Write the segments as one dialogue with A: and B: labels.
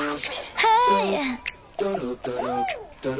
A: Hey. I woke up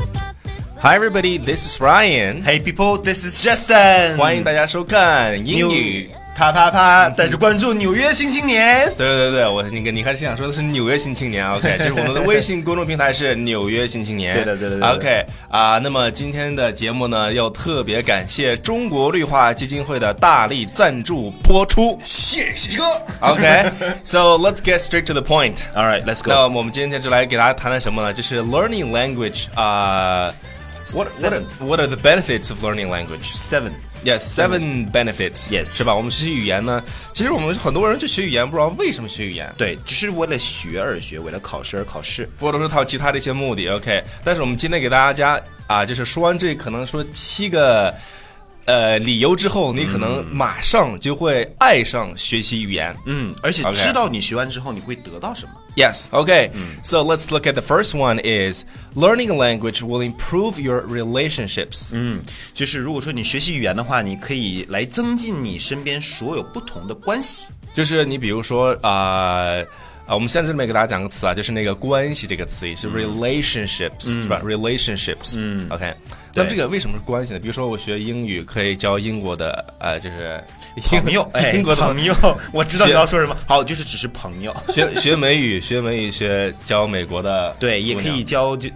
A: without this.
B: Hi, everybody. This is Ryan.
C: Hey people, this is Justin。
B: 欢迎大家收看英
C: 纽
B: 语。
C: 啪啪啪！带着关注纽约新青年。
B: 对对对，我你跟你还是想说的是纽约新青年，OK，就是啊 我们的微信公众平台是纽约新青年，
C: 对的对的对的
B: OK 啊、那么今天的节目呢，要特别感谢中国绿化基金会的大力赞助播出
C: 谢谢哥。
B: Uh, ，OK，so、let's get straight to the point。
C: All right, let's
B: 那
C: go.
B: 我们今天就来给大家谈谈什么呢？就是 learning language 啊、What what are,
C: Seven.
B: what are the benefits of learning language?
C: Seven.
B: Yes, seven benefits.
C: Yes
B: 是吧？我们学习语言呢，其实我们很多人就学语言，不知道为什么学语言。
C: 对，只是为了学而学，为了考试而考试。
B: 或者说它有其他的一些目的。OK，但是我们今天给大家啊，就是说完这可能说七个呃理由之后，你可能马上就会爱上学习语言。
C: 嗯，而且
B: OK
C: 知道你学完之后你会得到什么。
B: Yes. Okay.
C: 嗯
B: So let's look at the first one is learning a language will improve your relationships.
C: 嗯，就是如果说你学习语言的话，你可以来增进你身边所有不同的 关系。
B: 就是你比如说啊。呃啊，我们现在这边给大家讲个词啊，就是那个关系这个词，也
C: 嗯
B: 是 relationships，、是吧？relationships，嗯，OK。那
C: 对
B: 这个为什么是关系呢？比如说我学英语可以教英国的，呃，就是英
C: 朋友，哎，
B: 英国的
C: 朋友，我知道你要说什么。好，就是只是朋友。
B: 学 学美语，学美语学教美国的姑娘，
C: 对，也可以教 就。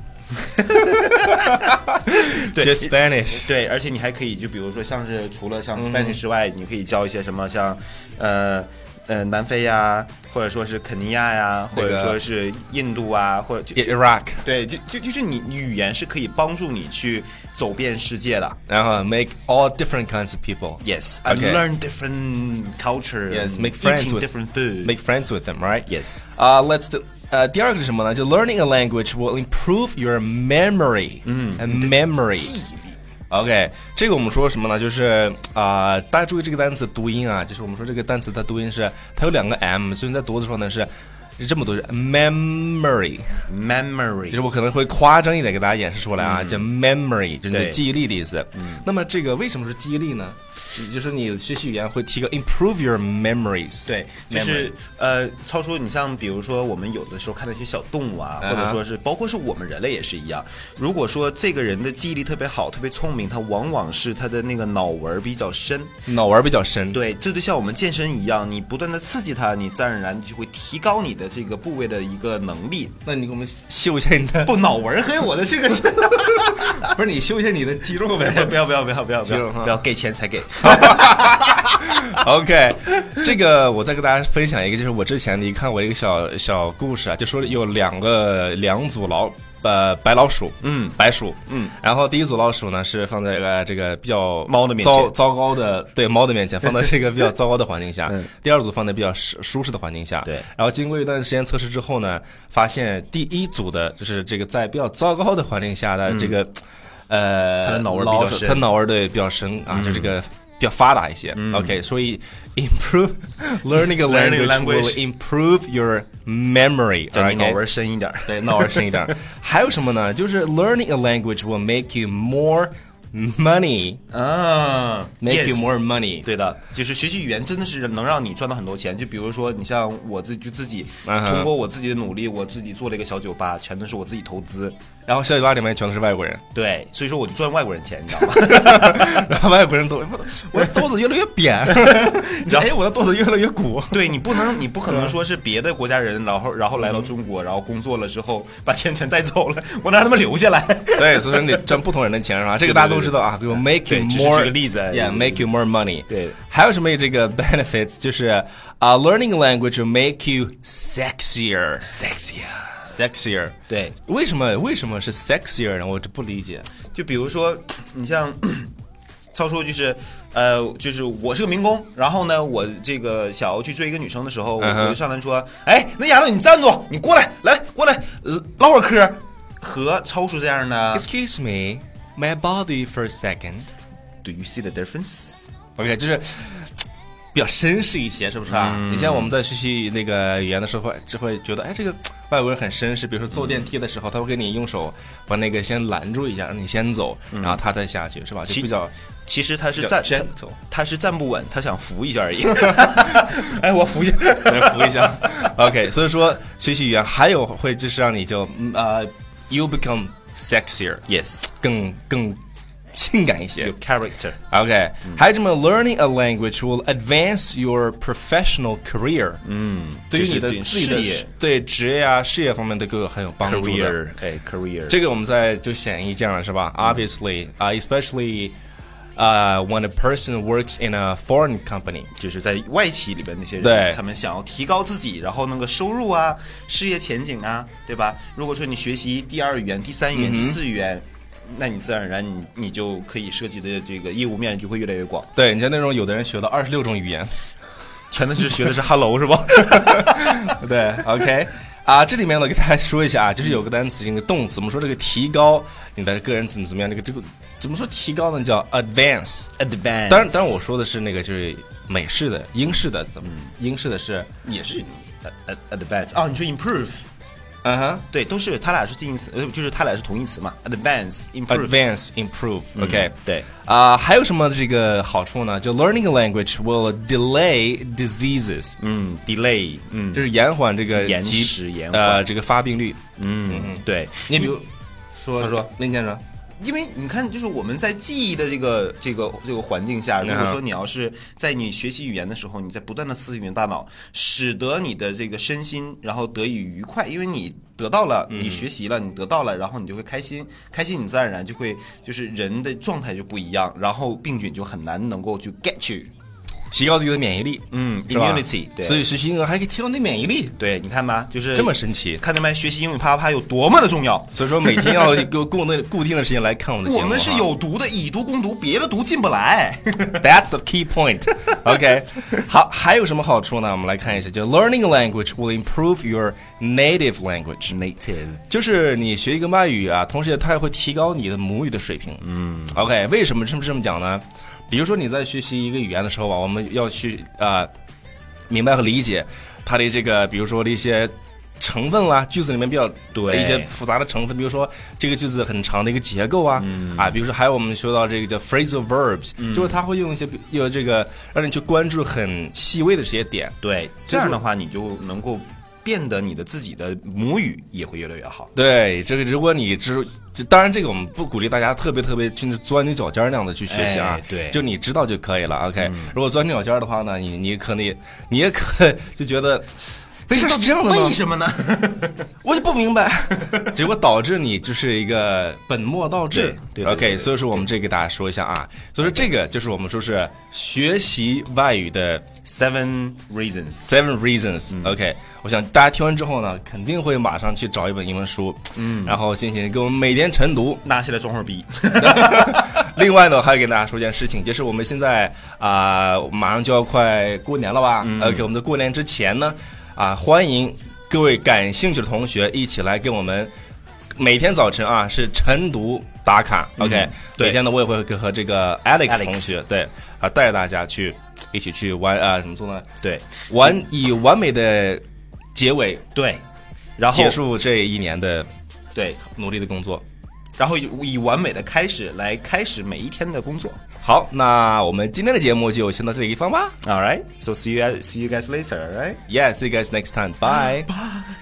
C: 对
B: 学 Spanish，
C: 对，而且你还可以，就比如说像是除了
B: 嗯
C: 像 Spanish 之外，你可以教一些什么像，呃呃南非呀、或者说是肯尼亚呀、或
B: 那
C: 者
B: 个
C: 说是印度啊，或者就
B: 也 Iraq，
C: 对，就就就是你语言是可以帮助你去走遍世界的。
B: 然后 make all different kinds of people。
C: Yes, and
B: Okay.
C: learn different culture.
B: Yes,
C: and
B: make friends
C: eating
B: with-
C: different food.
B: make friends with them, right?
C: Yes.
B: 啊、l e t s do, 呃，第二个是什么呢？就 learning a language will improve your memory，嗯，memory，记忆力。OK，这个我们说什么呢？就是啊、大家注意这个单词读音啊，就是我们说这个单词它读音是它有两个 m，所以你在读的时候呢是是这么读是 memory，
C: memory.
B: 就是我可能会夸张一点给大家演示出来啊，叫 memory，就是你的
C: Mm. 对 Mm.
B: 记忆力的意思。那么这个为什么是记忆力呢？就是你学习语言会提高 improve your memories，
C: 对，就
B: memory
C: 是呃，超叔，你像比如说我们有的时候看到一些小动物啊，或
B: 啊
C: 者
B: 哈
C: 说是包括是我们人类也是一样。如果说这个人的记忆力特别好，特别聪明，他往往是他的那个脑纹儿比较深。
B: 脑玩比较深。
C: 对，这就像我们健身一样，你不断的刺激他，你自然而然就会提高你的这个部位的一个能力。
B: 那你给我们秀一下你的，
C: 不，脑纹儿和我的这个是，
B: 不是你秀一下你的肌肉呗
C: 不要不要不要不要不
B: 肌肉
C: 要
B: 哈
C: 不要给钱才给。
B: ？OK，这个我再跟大家分享一个，就是我之前你看我一个小小故事啊，就说有两个两组老呃白老鼠，嗯，白鼠，嗯，然后第一组老鼠呢是放在呃这个比较
C: 猫的面
B: 糟
C: 前
B: 糟糕的对猫的面前，放到这个比较糟糕的环境 下，第二组放在比较舒舒适的环境下，
C: 嗯对
B: 然后经过一段时间测试之后呢，发现第一组的就是这个在比较糟糕的环境下的这个。呃，
C: 嗯它的脑纹比
B: 老
C: 较
B: 鼠
C: 深
B: 它脑纹儿对比较深啊，就这个比较发达一些。OK，所以 improve learning a
C: Learning a
B: language will
C: language
B: improve your memory，
C: 在
B: alright，
C: 你脑 纹儿深一点儿。
B: 对脑纹儿深一点儿。还有什么呢？就是 learning a language will make you more money，make
C: 啊
B: you
C: yes
B: more money。
C: 对的，就是学习语言真的是能让你赚到很多钱。就比如说，你像我自就自己
B: 嗯哼
C: 通过我自己的努力，我自己做了一个小酒吧，全都是我自己投资。
B: 然后小酒吧里面全都是外国人，
C: 对，所以说我就赚外国人钱，你知道吗？
B: 然后外国人都 我的肚子越来越扁， 然后哎我的肚子越来越鼓。
C: 对你不能，你不可
B: 啊
C: 能说是别的国家人，然后然后来
B: 嗯
C: 到中国，然后工作了之后把钱全带走了，我能让他们留下来。
B: 对，所以说你挣不同人的钱是吧？这个大家都知道啊。就 make you
C: 对只是
B: more，
C: 举个例子而已
B: yeah, make you more money。
C: 对
B: 还有什么这个 benefits？就是啊、l e a r n i n g language will make you sexier，sexier。
C: Sexy 啊！对，
B: 为什么为什么是 sexier 呢？我这不理解。
C: 就比如说，你像 超叔，就是呃，就是我是个民工，然后呢，我这个想要去追一个女生的时候，我
B: 嗯哼
C: 我就上来说，哎，那丫头你站住，你过来，来过来，呃唠会儿嗑。和超叔这样呢
B: Excuse me, my body for a second。
C: ，Do you see the difference？
B: OK，就是比较绅士一些，是不是啊？你像我们在学习那个语言的时候，就会觉得，哎，这个外国人很绅士。比如说坐电梯的时候，他会给你用手把那个先拦住一下，让你先走，然后他再下去，是吧？就
C: 其
B: 比较
C: 其实他
B: 比
C: 是
B: 较
C: 站他
B: gentle，
C: 他是站不稳，他想扶一下而已。 哎，我扶一下。
B: 来扶一下。OK，所以说学习语言还有会就是让你就嗯呃，you become sexier，
C: Yes,
B: 更更性感一些
C: your。character.
B: OK，、还有什么？Learning a language will advance your professional career。嗯，对于
C: 就是
B: 你的
C: 对
B: 自己的
C: 事业
B: 对职业啊、事业方面的都有很有帮助的。
C: Career，哎，career。嗯
B: 这个我们在就显一见了，是吧？Obviously，啊、e s p e c i a l l y 呃、w h e n a person works in a foreign company，
C: 就是在外企里边那些人，
B: 对
C: 他们想要提高自己，然后那个收入啊、事业前景啊，对吧？如果说你学习第二语言、第三语
B: 嗯
C: 言、第四语言，那你自然而然你你就可以涉及的这个业务面就会越来越广。
B: 对，你像那种有的人学了二十六种语 言，
C: 全都是学的是 Hello 是吧？
B: 对，OK。啊，这里面呢，给大家说一下啊，就是有个单词，一个动词，我们说这个提高你的个人怎么怎么样，这个这个怎么说提高呢？叫 advance，
C: Advance，
B: 当然，当然我说的是那个就是美式的、英式的，怎么
C: 嗯
B: 英式的是，
C: 也是 ad- ad- Advance 啊、你说 Improve，
B: 嗯哼
C: 对，都是它俩是近义词，呃，就是它俩是同义词嘛，Advance Improve。嗯
B: ，advance improve，OK，、
C: 对
B: 啊，还有什么这个好处呢？就 learning a language will delay diseases，
C: 嗯，delay，嗯，
B: 就是延缓这个
C: 延
B: 疾
C: 迟延
B: 呃
C: 缓
B: 这个发病率。
C: 嗯，对，
B: 你比如说，
C: 他说
B: 林先生，
C: 因为你看，就是我们在记忆的这个这个这个环境
B: 嗯
C: 下，如果说你要是在你学习语言的时候，你在不断的刺激你的大脑，使得你的这个身心然后得以愉快，因为你得到了，
B: 嗯
C: 你学习了，你得到了，然后你就会开心，开心你自然而然就会就是人的状态就不一样，然后病菌就很难能够去 get you，
B: 提高自己的免疫力，
C: 嗯
B: 是吧
C: ，immunity，对，
B: 所以学习英文还可以提高你的免疫力，
C: 对，你看吧，就是
B: 这么神奇。
C: 看见没？学习英语啪啪啪有多么的重要。
B: 所以说每天要有固定固定的时间来看我们的节目
C: 我
B: 哈。
C: 们是有毒的，以毒攻毒，别的毒进不 来。
B: That's the key point. OK，好，还有什么好处呢？我们来看一下，就 learning a language will improve your native language，
C: Native
B: 就是你学一个外语啊，同时它也会提高你的母语的水平。嗯，OK，为什么这么这么讲呢？比如说你在学习一个语言的时候啊，我们要去呃明白和理解它的这个，比如说的一些。成分啦、句子里面比较呃
C: 对
B: 一些复杂的成分，比如说这个句子很长的一个结构啊，啊，比如说还有我们说到这个叫 phrasal verbs，、就是它会用一些比有这个让你去关注很细微的这些点。
C: 对，这样的话你就能够变得你的自己的母语也会越来越好。
B: 对，这个如果你知，这当然这个我们不鼓励大家特别特别去钻牛角尖儿那样的去学习啊
C: 哎，对嗯
B: 就你知道就可以了。OK，、如果钻牛角尖儿的话呢，你你可能你也可就觉得为啥是这样的呢？
C: 为什么呢？
B: 我就不明白， 结果导致你就是一个本末倒置。
C: 对对对
B: o
C: 对
B: k 所以说我们这给大家说一下啊，所以说这个就是我们说是学习外语的
C: Seven reasons。
B: seven
C: 嗯
B: reasons、OK，我想大家听完之后呢，肯定会马上去找一本英文书，嗯，然后进行给我们每天晨读。
C: 拿起来装会儿逼，
B: 另外呢，还要给大家说一件事情，就是我们现在啊、马上就要快过年了吧、o
C: 嗯
B: k 我们在过年之前呢，啊、欢迎各位感兴趣的同学一起来跟我们每天早晨啊是晨读打卡、o k
C: 嗯对
B: 每天呢我也会和这个 Alex
C: Alex
B: 同学对啊、带着大家去一起去玩啊、怎么说呢？
C: 对
B: 完以完美的结尾
C: 对，然后
B: 结束这一年的
C: 对，
B: 努力的工作。
C: 然后以以完美的开始来开始每一天的工作。
B: 好，那我们今天的节目就先到这个地方吧。
C: All right, so see you see you guys later. All right.
B: Yeah, see you guys next time. Bye.